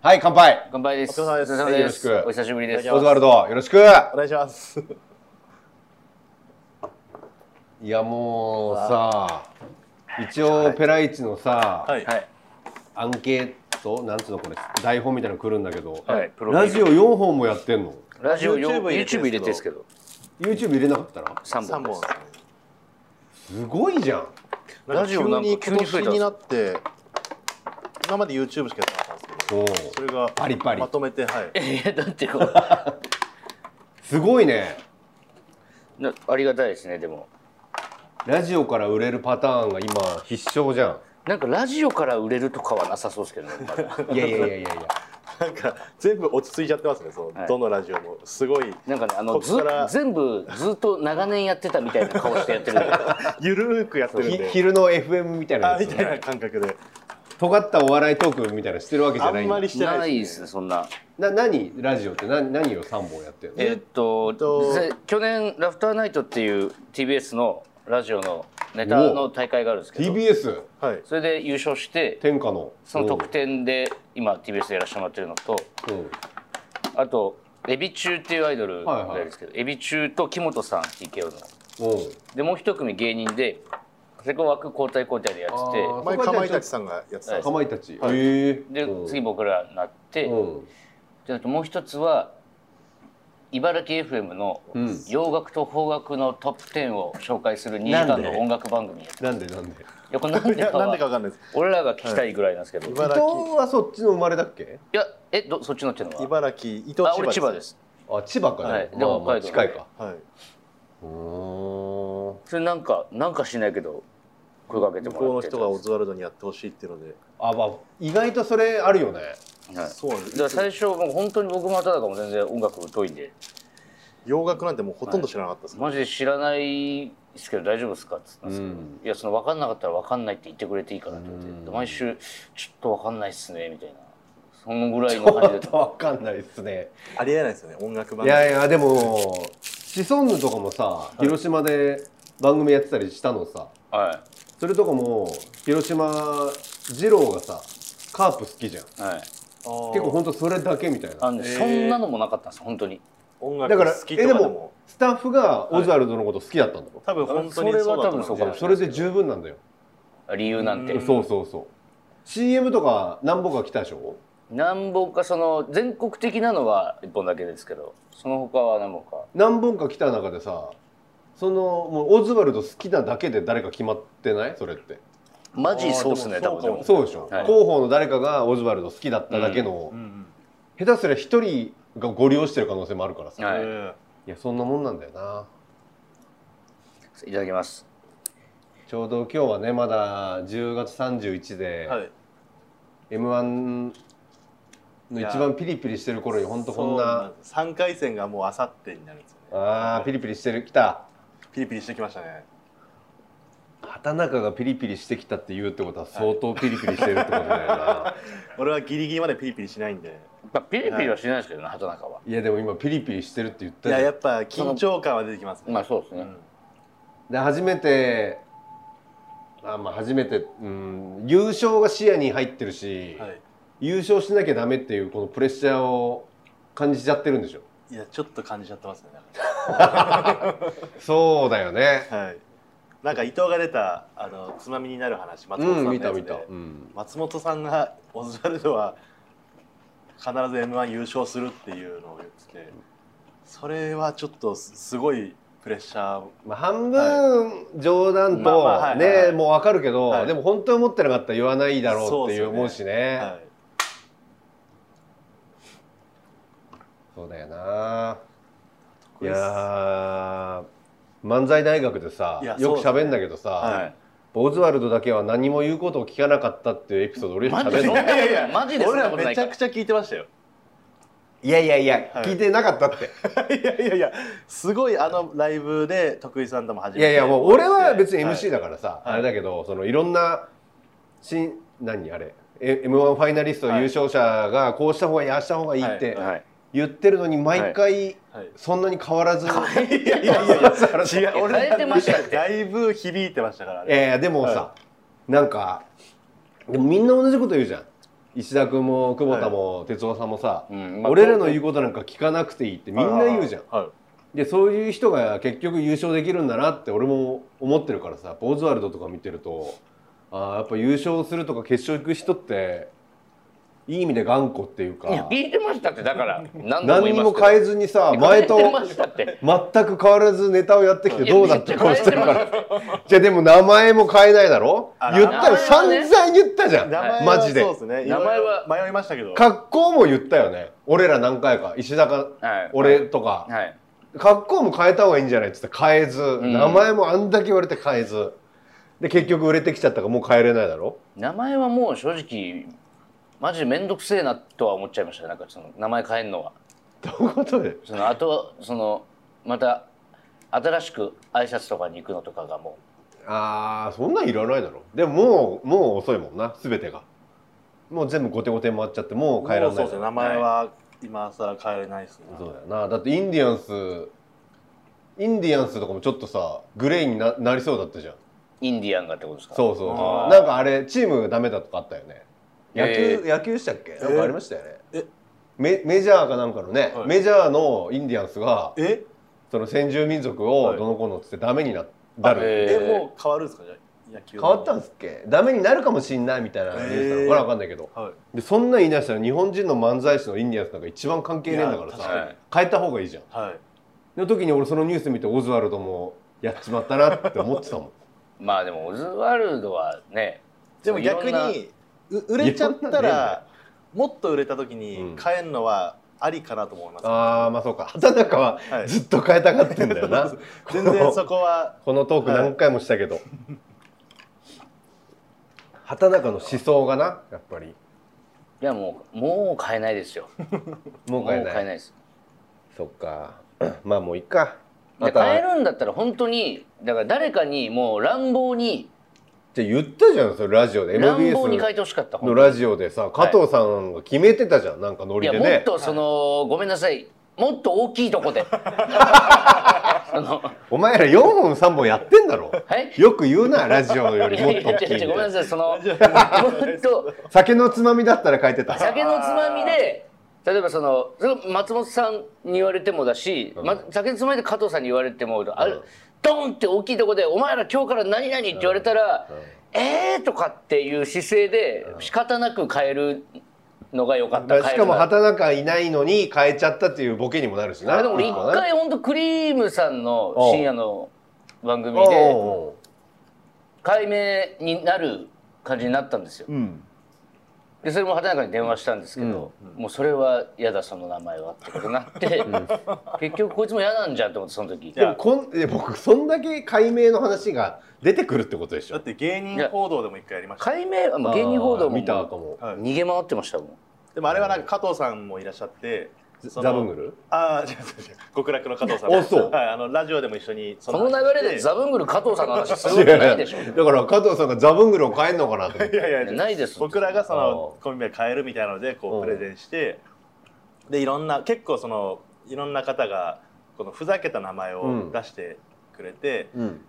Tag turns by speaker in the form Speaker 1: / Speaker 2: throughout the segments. Speaker 1: はい、乾杯。
Speaker 2: 乾杯です。
Speaker 3: お疲れ様です
Speaker 2: お疲れ様です。
Speaker 1: よろしく
Speaker 2: お久しぶりです。
Speaker 1: オズワルド、よろしく。
Speaker 3: お願いします。
Speaker 1: いや、もうさ、一応ペライチのさ、
Speaker 3: はい。
Speaker 2: はい。
Speaker 1: アンケート、なんつうのこれ、台本みたいなの来るんだけど、
Speaker 2: はい。プロフィ
Speaker 1: ラ
Speaker 2: ール
Speaker 1: ジオ4本もやってんの
Speaker 2: ラジオ YouTube
Speaker 3: YouTube 入れてるんですけど
Speaker 2: 入れてるんで
Speaker 1: ?YouTube 入
Speaker 2: すけど
Speaker 1: れなかったら
Speaker 2: 3
Speaker 3: 三
Speaker 2: 本で
Speaker 3: 本
Speaker 2: す。
Speaker 1: すごいじゃん。
Speaker 3: ラジオなんか急に
Speaker 2: 急
Speaker 3: 今
Speaker 2: に
Speaker 3: 年
Speaker 2: 増え
Speaker 3: に
Speaker 2: た
Speaker 3: なって、今まで YouTube しかやってなかったんですけど、
Speaker 1: そう。
Speaker 3: それが
Speaker 1: パリパリ
Speaker 3: まとめてはい。
Speaker 2: いやだってこう
Speaker 1: すごいね。
Speaker 2: なありがたいですねでも
Speaker 1: ラジオから売れるパターンが今必勝じゃ
Speaker 2: なんかラジオから売れるとかはなさそうですけどねまだ
Speaker 1: ん。いやいやいやいやいや。
Speaker 3: なんか全部落ち着いちゃってますね。そ
Speaker 2: は
Speaker 3: の
Speaker 2: い
Speaker 3: どのラジオもすごい
Speaker 2: なんかねあの
Speaker 3: こっ
Speaker 2: ず
Speaker 3: から
Speaker 2: 全部ずっと長年やってたみたいな顔してやってるんで
Speaker 3: ゆるーくやってるん
Speaker 1: ひ
Speaker 3: で。
Speaker 1: 昼の FM みたいな
Speaker 3: あ
Speaker 1: や
Speaker 3: み
Speaker 1: つ。
Speaker 3: たいな感覚で、
Speaker 1: 尖ったお笑いトークみたいなのしてるわけじ
Speaker 3: あ
Speaker 1: ゃない
Speaker 3: ん
Speaker 1: んだ
Speaker 3: まり して
Speaker 2: な
Speaker 3: ない
Speaker 2: い
Speaker 3: で
Speaker 2: ですす
Speaker 3: ね。
Speaker 2: ねそんな
Speaker 1: な何ラジオって何何を3本やってるの
Speaker 2: えーっと
Speaker 3: と
Speaker 2: ぜ去年ラフターナイトっていう TBS のラジオのネタの大会があるんですけど
Speaker 1: TBS
Speaker 3: はい。
Speaker 2: それで優勝して
Speaker 1: 天下の
Speaker 2: その特典で今 TBS でやらせてもらってるのと
Speaker 1: うんうん
Speaker 2: あとエビ中っていうアイドル
Speaker 1: はいはい
Speaker 2: がいるんですけど、エビ中と木本さん TKO の
Speaker 1: うん
Speaker 2: でもう一組芸人でそこ枠交代交代でやってて
Speaker 1: あー
Speaker 3: 前
Speaker 1: そこはじ
Speaker 3: か
Speaker 1: ゃあ
Speaker 3: まいたちさんがやってたんです
Speaker 1: か。まいたち、
Speaker 3: はい
Speaker 1: へえ
Speaker 2: で、
Speaker 1: うん
Speaker 2: 次僕らになって、
Speaker 1: うん
Speaker 2: であともう一つは茨城 FM の
Speaker 1: うん
Speaker 2: 洋楽と邦楽のトップ10を紹介する2時間
Speaker 1: なん
Speaker 2: の
Speaker 1: で
Speaker 2: 音楽番組やって
Speaker 1: なんでなんで伊
Speaker 2: いやこれなん
Speaker 3: い
Speaker 2: で
Speaker 3: や
Speaker 2: か
Speaker 3: なんでか
Speaker 2: は
Speaker 3: わかんないです。
Speaker 2: 俺らが聞きたいぐらいなんですけど、い、
Speaker 3: 茨
Speaker 1: 藤
Speaker 3: 城、
Speaker 1: はそっちの生まれだっけ
Speaker 2: やえどそっちのっていうのは
Speaker 3: 茨城、伊藤千
Speaker 2: あ
Speaker 3: 葉
Speaker 2: 俺千葉です
Speaker 1: あ千葉か
Speaker 2: はい
Speaker 1: じゃあ
Speaker 2: で
Speaker 1: まあまあ
Speaker 2: 北
Speaker 1: 近
Speaker 2: 海道
Speaker 1: いか
Speaker 3: はい。
Speaker 1: うーん
Speaker 2: それなんかなんかしないけど声かけて
Speaker 3: 向
Speaker 2: もらって
Speaker 3: こうの人がオズワルドにやってほしいっていうので、
Speaker 1: あまあ意外とそれあるよね
Speaker 2: はい
Speaker 3: そうなんです
Speaker 2: だから最初もう本当に僕もただかも全然音楽疎いんで
Speaker 3: 洋楽なんてもうほとんど知らなかったです。
Speaker 2: マジで知らないですけど大丈夫ですか?」っつったんですけど「
Speaker 1: うん
Speaker 2: いやその分かんなかったら分かんないって言ってくれていいから」って言って、
Speaker 1: うん
Speaker 2: で毎週「ちょっと分かんないっすね」みたいなそのぐらいの感じで
Speaker 1: わかんないっすね
Speaker 3: ありえないですよね。音楽番
Speaker 1: い
Speaker 3: 組。
Speaker 1: やいやでもシソンヌとかもさ広島で番組やってたりしたのさ
Speaker 2: は
Speaker 1: それとかも広島二郎がさカープ好きじゃん
Speaker 2: いはい
Speaker 3: あー
Speaker 1: 結構ほんとそれだけみたいな
Speaker 2: あのね、
Speaker 3: へー
Speaker 2: そんなのもなかったんです本当に
Speaker 3: 音
Speaker 1: だから
Speaker 3: 楽好き
Speaker 1: え
Speaker 3: とか
Speaker 1: で
Speaker 3: でも
Speaker 1: もスタッフがオズワルドのこと好きだったんだろ
Speaker 3: 多分本当に
Speaker 2: それは
Speaker 3: うだと思います
Speaker 2: 多分そうかもしれ
Speaker 1: それで十分なんだよ
Speaker 2: 理由なんて
Speaker 3: うん
Speaker 1: そうそうそう CM とか何本か来たでしょ
Speaker 2: 何本かその全国的なのは1本だけですけどその他は何本か
Speaker 1: 何本か来た中でさそのもうオズワルド好きなだけで誰か決まってないそれって
Speaker 2: マジそうっすね
Speaker 3: あーで
Speaker 2: 多
Speaker 3: も
Speaker 2: 分で
Speaker 3: そう
Speaker 1: そう
Speaker 2: も
Speaker 3: か
Speaker 1: でしょ、
Speaker 2: はい
Speaker 1: 広報の誰かがオズワルド好きだっただけの、
Speaker 3: うんうん
Speaker 1: 下手すりゃ一人がご利用してる可能性もあるからさ、
Speaker 2: はい
Speaker 3: え
Speaker 1: いやそんなもんなんだよない
Speaker 2: ただきます
Speaker 1: ちょうど今日はねまだ10月31で、
Speaker 3: えはい
Speaker 1: m 1の一番ピリピリしてる頃にほんとこん
Speaker 3: そう
Speaker 1: な
Speaker 3: です三回戦がもうあさってになるんですよね
Speaker 1: あーピリピリしてるきた
Speaker 3: ピリピリしてきましたね
Speaker 1: 畑中がピリピリしてきたって言うってことは相当ピリピリしてるってことだよな、、
Speaker 3: 俺はギリギリまでピリピリしないんで
Speaker 2: まあピリピリはしないですけどね畑中はい
Speaker 1: やでも今ピリピリしてるって言っ
Speaker 3: い
Speaker 1: たじゃ
Speaker 3: や
Speaker 1: ん
Speaker 3: やっぱ緊張感は出てきますね
Speaker 2: まあそうですね、
Speaker 3: うん
Speaker 1: で初めてあまあ初めて、うん、優勝が視野に入ってるし、
Speaker 3: はい
Speaker 1: 優勝しなきゃダメっていうこのプレッシャーを感じちゃってるんでしょ
Speaker 3: いやちょっと感じちゃってますね
Speaker 1: そうだよね
Speaker 3: はいなんか伊藤が出たあのつまみになる話松本
Speaker 1: う
Speaker 3: さ
Speaker 1: んん
Speaker 3: の
Speaker 1: 見
Speaker 3: や
Speaker 1: た
Speaker 3: つで、
Speaker 1: 見た、うん、
Speaker 3: 松本さんがオズワルドは必ず m 1優勝するっていうのを言っててそれはちょっとすすごいプレッシャー
Speaker 1: まあ半分冗談
Speaker 3: まあまあ
Speaker 1: と
Speaker 3: はいはいは
Speaker 1: ね
Speaker 3: い
Speaker 1: もうわかるけど、
Speaker 3: はい
Speaker 1: でも本当に思ってなかったら言わないだろうっていう
Speaker 3: そう
Speaker 1: 思
Speaker 3: っ
Speaker 1: う
Speaker 3: す
Speaker 1: し
Speaker 3: よ
Speaker 1: ね
Speaker 3: はい
Speaker 1: そうだよな
Speaker 3: こ
Speaker 1: い
Speaker 3: れ
Speaker 1: や
Speaker 3: です
Speaker 1: ー漫才大学でさ
Speaker 3: いや
Speaker 1: よく
Speaker 3: そうですね
Speaker 1: 喋んだけどさ、
Speaker 3: はい
Speaker 1: オズワルドだけは何も言うことを聞かなかったっていうエピソード俺より
Speaker 2: マジ
Speaker 1: 喋
Speaker 2: で
Speaker 1: んの
Speaker 3: いやいや
Speaker 2: マジでそん
Speaker 3: 俺
Speaker 2: な
Speaker 3: ら
Speaker 2: ことな
Speaker 3: め
Speaker 2: い
Speaker 3: ち
Speaker 2: か
Speaker 3: ゃ
Speaker 2: ら
Speaker 3: くちゃ聞いてましたよ
Speaker 1: いやいやいや、
Speaker 3: はい
Speaker 1: 聞いてなかったって
Speaker 3: いやいやいやすごいあのライブで徳井さんとも初
Speaker 1: い
Speaker 3: めて
Speaker 1: やいやもう俺は別に
Speaker 3: はい
Speaker 1: MC だからさ、
Speaker 3: はい
Speaker 1: あれだけどそのいろんな新何あれ m 1ファイナリスト
Speaker 3: はい
Speaker 1: 優勝者がこうした方がいいああした方がいいって
Speaker 2: はい
Speaker 1: 言ってるのに毎回
Speaker 3: はい
Speaker 1: そんなに変わらず、い、
Speaker 3: いやいやいや違う俺
Speaker 2: 変えてましたって
Speaker 3: だいぶ響いてましたからね
Speaker 1: やいやでもさ、なんかでもみんな同じこと言うじゃん石田君も久保田も哲夫さんもさ、
Speaker 2: うん
Speaker 1: 俺らの言うことなんか聞かなくていいってみんな言うじゃん。
Speaker 3: はい
Speaker 1: でそういう人が結局優勝できるんだなって俺も思ってるからさボーズワルドとか見てるとあーやっぱ優勝するとか決勝行く人っていい意味で頑固っていうか
Speaker 2: いや聞いてましたってだから何度も
Speaker 1: 何
Speaker 2: 言
Speaker 1: に
Speaker 2: います
Speaker 1: も
Speaker 2: けど
Speaker 1: 変えずにさ前と
Speaker 2: 聞いてましたって
Speaker 1: 全く変わらずネタをやってきてどうだって
Speaker 2: いや
Speaker 1: 顔
Speaker 2: めっ
Speaker 1: し
Speaker 2: ちゃ
Speaker 1: て
Speaker 2: 変
Speaker 1: る
Speaker 2: え
Speaker 1: か
Speaker 2: ま
Speaker 1: らじゃあでも名前も変えないだろ
Speaker 3: あ
Speaker 1: 言ったら
Speaker 2: 名前は
Speaker 1: 散
Speaker 2: ね
Speaker 1: 々言ったじゃん、
Speaker 3: 名前は
Speaker 1: マジで
Speaker 3: そうですね
Speaker 2: 名前はい
Speaker 3: ろいろ迷いましたけど
Speaker 1: 格好も言ったよね俺ら何回か石田か
Speaker 2: すはい
Speaker 1: 俺とか、
Speaker 2: はい
Speaker 1: 格好も変えた方がいいんじゃないっつって変えず、
Speaker 2: ん
Speaker 1: 名前もあんだけ言われて変えずで結局売れてきちゃったからもう変えれないだろ
Speaker 2: 名前はもう正直マジで面倒くせえなとは思っちゃいましたねなんかその名前変えるのは
Speaker 1: どういうことで
Speaker 2: そのあとそのまた新しく挨拶とかに行くのとかがも
Speaker 1: ああそんなんいらないだろでももうもう遅いもんな全てがもう全部後手後手に回っちゃってもう変えられ
Speaker 3: そ
Speaker 1: な
Speaker 3: う
Speaker 1: いだ
Speaker 3: ですね
Speaker 1: ろ
Speaker 3: 名前は今更変えれないですね
Speaker 1: そうだよなだってインディアンスインディアンスとかもちょっとさグレーにななりそうだったじゃん
Speaker 2: うインディアンがってことですか
Speaker 1: そうそうそ
Speaker 3: あ
Speaker 1: う
Speaker 3: ー
Speaker 1: なんかあれチームがダメだとかあったよね野球、
Speaker 2: えー
Speaker 1: 野球したっけなんかありましたよね、
Speaker 3: え
Speaker 1: メメジャーかなんかのね、
Speaker 3: はい
Speaker 1: メジャーのインディアンスが
Speaker 3: え
Speaker 1: その先住民族
Speaker 3: は
Speaker 1: を
Speaker 3: い
Speaker 1: どの子のっつってダメにななる、
Speaker 2: え
Speaker 3: え
Speaker 2: ー
Speaker 3: もう変わるんですかじゃあ野
Speaker 1: 変
Speaker 3: 球
Speaker 1: わったん
Speaker 3: で
Speaker 1: ですっけダメになるかもしんないみたいなニュースなのかな分かんないけど
Speaker 3: すはい
Speaker 1: でそんなん言い出したら日本人の漫才師のインディアンスなんか一番関係ねえんだから
Speaker 3: いや確
Speaker 2: か
Speaker 1: さ
Speaker 2: に
Speaker 1: 変えた方がいいじゃん
Speaker 3: はい
Speaker 1: の時に俺そのニュース見てオズワルドもやっちまったなって思ってた もん
Speaker 2: まあでもオズワルドはね
Speaker 3: でも逆
Speaker 2: いろんな
Speaker 3: にう売れちゃった
Speaker 1: いろんなね
Speaker 3: らもっと売れた時
Speaker 1: うん
Speaker 3: に変えるのはありかなと思います、
Speaker 1: ああまあそうか畑中は
Speaker 3: はい
Speaker 1: ずっと変えたがってんだよな、
Speaker 3: そう全然そこは
Speaker 1: このトーク何回もしたけど、畑中の思想がなやっぱり
Speaker 2: いやもうもう変えないですよ
Speaker 1: もう変えない
Speaker 2: です
Speaker 1: そっか まあもういいか
Speaker 2: で
Speaker 1: また
Speaker 2: 変えるんだったら本当にだから誰かにもう乱暴に
Speaker 1: じゃあ言ったじゃんそれラジオで
Speaker 2: 乱暴に変
Speaker 1: MBS
Speaker 2: えてほしかった
Speaker 1: の
Speaker 2: 本当に
Speaker 1: ラジオでさ加藤さんが決めてたじゃんなんかノ
Speaker 2: い
Speaker 1: リ
Speaker 2: や
Speaker 1: で
Speaker 2: もっ
Speaker 1: ね
Speaker 2: とそのごめんなさいもっと大きいと こでその
Speaker 1: お前ら4本3本やってんだろ
Speaker 2: はい
Speaker 1: よく言うなラジオよ
Speaker 2: い
Speaker 1: り
Speaker 2: や
Speaker 1: もっ
Speaker 2: い
Speaker 1: と大
Speaker 2: や
Speaker 1: きい
Speaker 2: 違う
Speaker 1: み
Speaker 2: 違うごめん
Speaker 1: た
Speaker 2: ないさいそのも
Speaker 3: 大丈夫
Speaker 2: っと
Speaker 1: 酒のつまみだったら変えてた
Speaker 2: 酒のつまみで例えばそのそれが松本さんに言われてもだし、
Speaker 1: うん
Speaker 2: ま、酒のつまみで加藤さんに言われてもある、
Speaker 1: うん
Speaker 2: ドンって大きいとこで「お前ら今日から何々」って言われたら
Speaker 1: うんうん
Speaker 2: 「えー」とかっていう姿勢で仕方なく変えるのが良かっ
Speaker 1: だ
Speaker 2: た
Speaker 1: からしかも
Speaker 2: 変えるのが
Speaker 1: 畑中いないのに変えちゃったっていうボケにもなるしな
Speaker 2: あれでも俺
Speaker 1: 一
Speaker 2: 一
Speaker 1: 個な
Speaker 2: 回ほんとクリームさんの深夜の番組
Speaker 1: おう
Speaker 2: で
Speaker 1: おうおう
Speaker 2: 解明になる感じになったんですよ
Speaker 1: うん、
Speaker 2: でそれも畑中に電話したんですけど、もうそれは嫌だその名前はってことになって、結局こいつも嫌なんじゃんと思ってその時
Speaker 1: でもこんえ僕そんだけ解明の話が出てくるってことでし
Speaker 3: だっ
Speaker 1: ょ
Speaker 3: て芸人報道でも一回やりました
Speaker 2: 解明あもう芸人報道も
Speaker 1: あー見たかも
Speaker 3: はい
Speaker 2: 逃げ回ってましたもん
Speaker 3: でもあれはなんか加藤さんもいらっしゃってその
Speaker 1: ザブングル
Speaker 3: ああ違う違う違う極楽の加藤さん
Speaker 1: あそう
Speaker 3: はい、あのラジオでも一緒にそ
Speaker 2: この流れでザブングル加藤さんの話するわ
Speaker 1: いや
Speaker 2: け
Speaker 1: い
Speaker 2: な
Speaker 1: や
Speaker 2: いでしょ
Speaker 1: だから加藤さんがザブングルを変えんのかなと思っ
Speaker 3: い
Speaker 1: て
Speaker 3: やいやや
Speaker 2: ないです
Speaker 3: 僕らがその
Speaker 1: あ
Speaker 3: コンビ名変えるみたいなので
Speaker 1: う
Speaker 3: こ
Speaker 1: ん
Speaker 3: うプレゼンしてでいろんな結構そのいろんな方がこのふざけた名前
Speaker 1: う
Speaker 3: を
Speaker 1: ん
Speaker 3: 出してくれて、
Speaker 1: うん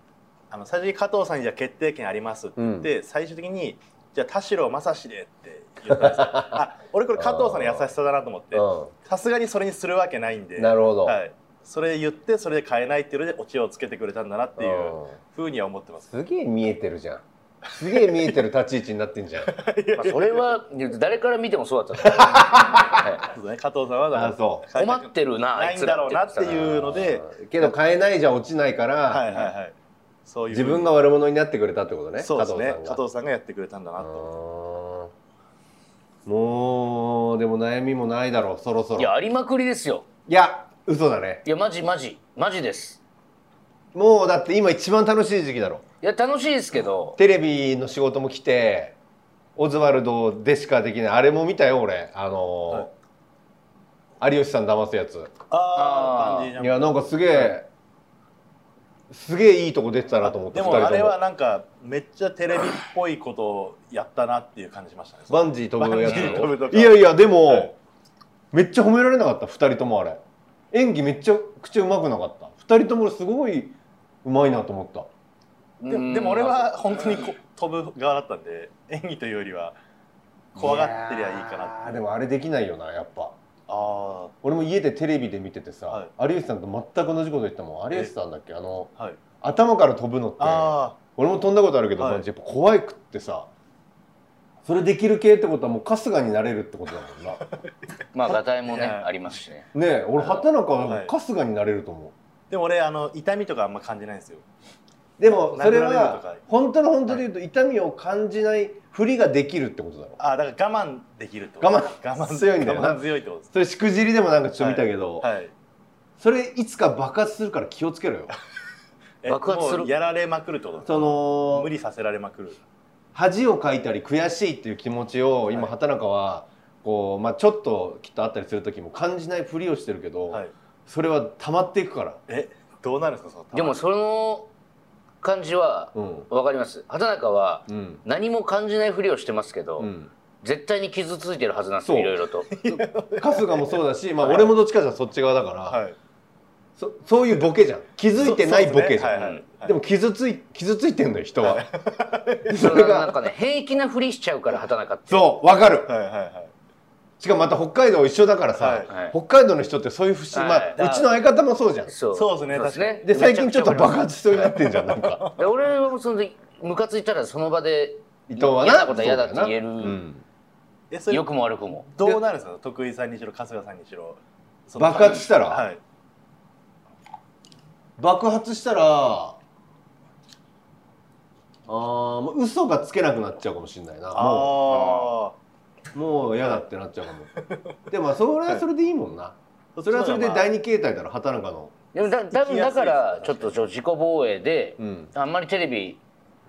Speaker 3: あの最終的に加藤さんにじゃあ決定権ありますって言って、最終的にじゃあ田代正史でって言ったんです よあ俺これ加藤さんの優しさだなと思って
Speaker 1: う
Speaker 3: さすがにそれにするわけないんで
Speaker 1: ん、なるほど、
Speaker 3: はい、それ言ってそれで変えないっていうのでオチをつけてくれたんだなっていう
Speaker 1: うん
Speaker 3: ふうには思ってます。
Speaker 1: すげえ見えてるじゃんすげえ見えてる立ち位置になってんじゃん
Speaker 2: まあそれは誰から見てもそうだったんですよは
Speaker 3: そうですね加藤さんはだから
Speaker 1: あそう
Speaker 3: 変えた
Speaker 2: 困
Speaker 3: く
Speaker 2: ってるなあ
Speaker 3: ない
Speaker 2: い
Speaker 3: ん
Speaker 2: つ
Speaker 3: だ
Speaker 2: ら
Speaker 3: ろうなっていうので、
Speaker 1: うんけど変えないじゃ落ちないから、
Speaker 3: はいはいはい、そういうふ
Speaker 1: 自
Speaker 3: うに
Speaker 1: 分が悪者になってくれたってことね
Speaker 3: そうですね
Speaker 1: 加藤さん
Speaker 3: 加
Speaker 1: が
Speaker 3: 藤さんがやってくれたんだなと。
Speaker 1: うんもうでも悩みもないだろうそろそろ
Speaker 2: いやありまくりですよ
Speaker 1: いや嘘だね
Speaker 2: いやマジマジマジです
Speaker 1: もうだって今一番楽しい時期だろ
Speaker 2: いや楽しいですけど
Speaker 1: テレビの仕事も来てオズワルドでしかできないあれも見たよ俺あのー有吉さん騙すやつ
Speaker 2: あー
Speaker 3: あーバンジージャン
Speaker 1: い
Speaker 3: プ
Speaker 1: やなんかすげえすげえいいとこ出てたなと思って
Speaker 3: で
Speaker 1: 二人と
Speaker 3: もあれはなんかめっちゃテレビっぽいことをやったなっていう感じしましたね。
Speaker 1: バンジー飛ぶやつ
Speaker 3: バンジー飛ぶとか
Speaker 1: いやいやでも、
Speaker 3: はい
Speaker 1: めっちゃ褒められなかった2人ともあれ演技めっちゃ口うまくなかった2人ともすごいうまいなと思った
Speaker 3: ででも俺は本当にこ飛ぶ側だったんで演技というよりは怖がってりゃいいかなって
Speaker 1: あでもあれできないよなやっぱ
Speaker 3: あ
Speaker 1: 俺も家でテレビで見ててさ、
Speaker 3: は
Speaker 1: 有吉さんと全く同じこと言ってたもん有吉さんだっけあの
Speaker 3: あはい
Speaker 1: 頭から飛ぶのって
Speaker 3: あ
Speaker 1: 俺も飛んだことあるけど、
Speaker 3: はい
Speaker 1: やっぱ怖くってさそれできる系ってことはもう春日になれるってことだもんな
Speaker 2: まあガタイもね
Speaker 3: いや
Speaker 2: ありますしね
Speaker 1: ねえ俺畑中はも
Speaker 3: は
Speaker 1: う
Speaker 3: い
Speaker 1: 春日になれると思
Speaker 3: ーでも俺あの痛みとかあんま感じないんですよ
Speaker 1: うでもそれ
Speaker 3: 殴られると
Speaker 1: は
Speaker 3: か
Speaker 1: 本当の本当で言うと痛みを感じないふりができるってことだろ
Speaker 3: ああだから我慢できるってこと
Speaker 1: 我慢
Speaker 3: 我慢
Speaker 1: 強いんだよな
Speaker 3: 我慢強いってことです
Speaker 1: それしくじりでもなんかちょっと見たけど、
Speaker 3: はい
Speaker 1: それいつか爆発するから気をつけろよ
Speaker 3: え
Speaker 2: 爆発する
Speaker 3: もうやられまくるってことです
Speaker 1: その
Speaker 3: 無理させられまくる
Speaker 1: 恥をかいたり悔しいっていう気持ちを今
Speaker 3: はい
Speaker 1: 畑中はこう、まあ、ちょっときっとあったりする時も感じないふりをしてるけど、
Speaker 3: はい
Speaker 1: それは溜まっていくから、
Speaker 3: えどうなるんですかその
Speaker 2: でもその感じは
Speaker 1: うん
Speaker 2: わかります畑中は
Speaker 1: うん
Speaker 2: 何も感じないふりをしてますけど、
Speaker 1: うん、
Speaker 2: 絶対に傷ついてるはずなんですよ
Speaker 1: そう
Speaker 2: いろいろ と
Speaker 1: 春日もそうだし、まあ、俺もどっちかじゃそっち側だから、
Speaker 3: はい
Speaker 1: そそういうボケじゃん気づいてないボケじゃん
Speaker 3: そうそうですねはいはいはい
Speaker 1: でも傷つい傷ついてんのよ人は、
Speaker 2: そ
Speaker 1: そ
Speaker 2: れ
Speaker 1: れ
Speaker 2: がなん
Speaker 1: が
Speaker 2: かね平気なふりしちゃうから畑中って
Speaker 1: そうわかる
Speaker 3: はいはいはい
Speaker 1: しかもまた北海道一緒だからさ、
Speaker 3: はい
Speaker 2: はい
Speaker 1: 北海道の人ってそういう不思議、
Speaker 2: はい
Speaker 1: まあ、うちの相方もそうじゃん
Speaker 2: そう
Speaker 3: そうですね
Speaker 1: で最近ちょっと爆
Speaker 2: カ
Speaker 1: 発しそうになってんじゃんなんか
Speaker 2: で俺はその時ムカついたらその場で
Speaker 1: 伊藤はな
Speaker 2: 嫌なことは嫌だって言える
Speaker 1: そうだよなうん
Speaker 3: えそれ
Speaker 2: 良くも悪くも
Speaker 3: どうなるんですか徳井さんにしろ春日さんにしろその
Speaker 1: 爆発したら、
Speaker 3: はい
Speaker 1: 爆発したらあーもう嘘がつけなくなっちゃうかもしれないな
Speaker 3: あ
Speaker 1: もう
Speaker 3: あ
Speaker 1: もう嫌だってなっちゃうかも。でもまあそれはそれでいいもんな。
Speaker 3: い
Speaker 1: それはそれで第二形態だろ畑中の。
Speaker 2: でもだ多分だからちょっとちょ自己防衛で、
Speaker 1: うん。
Speaker 2: あんまりテレビ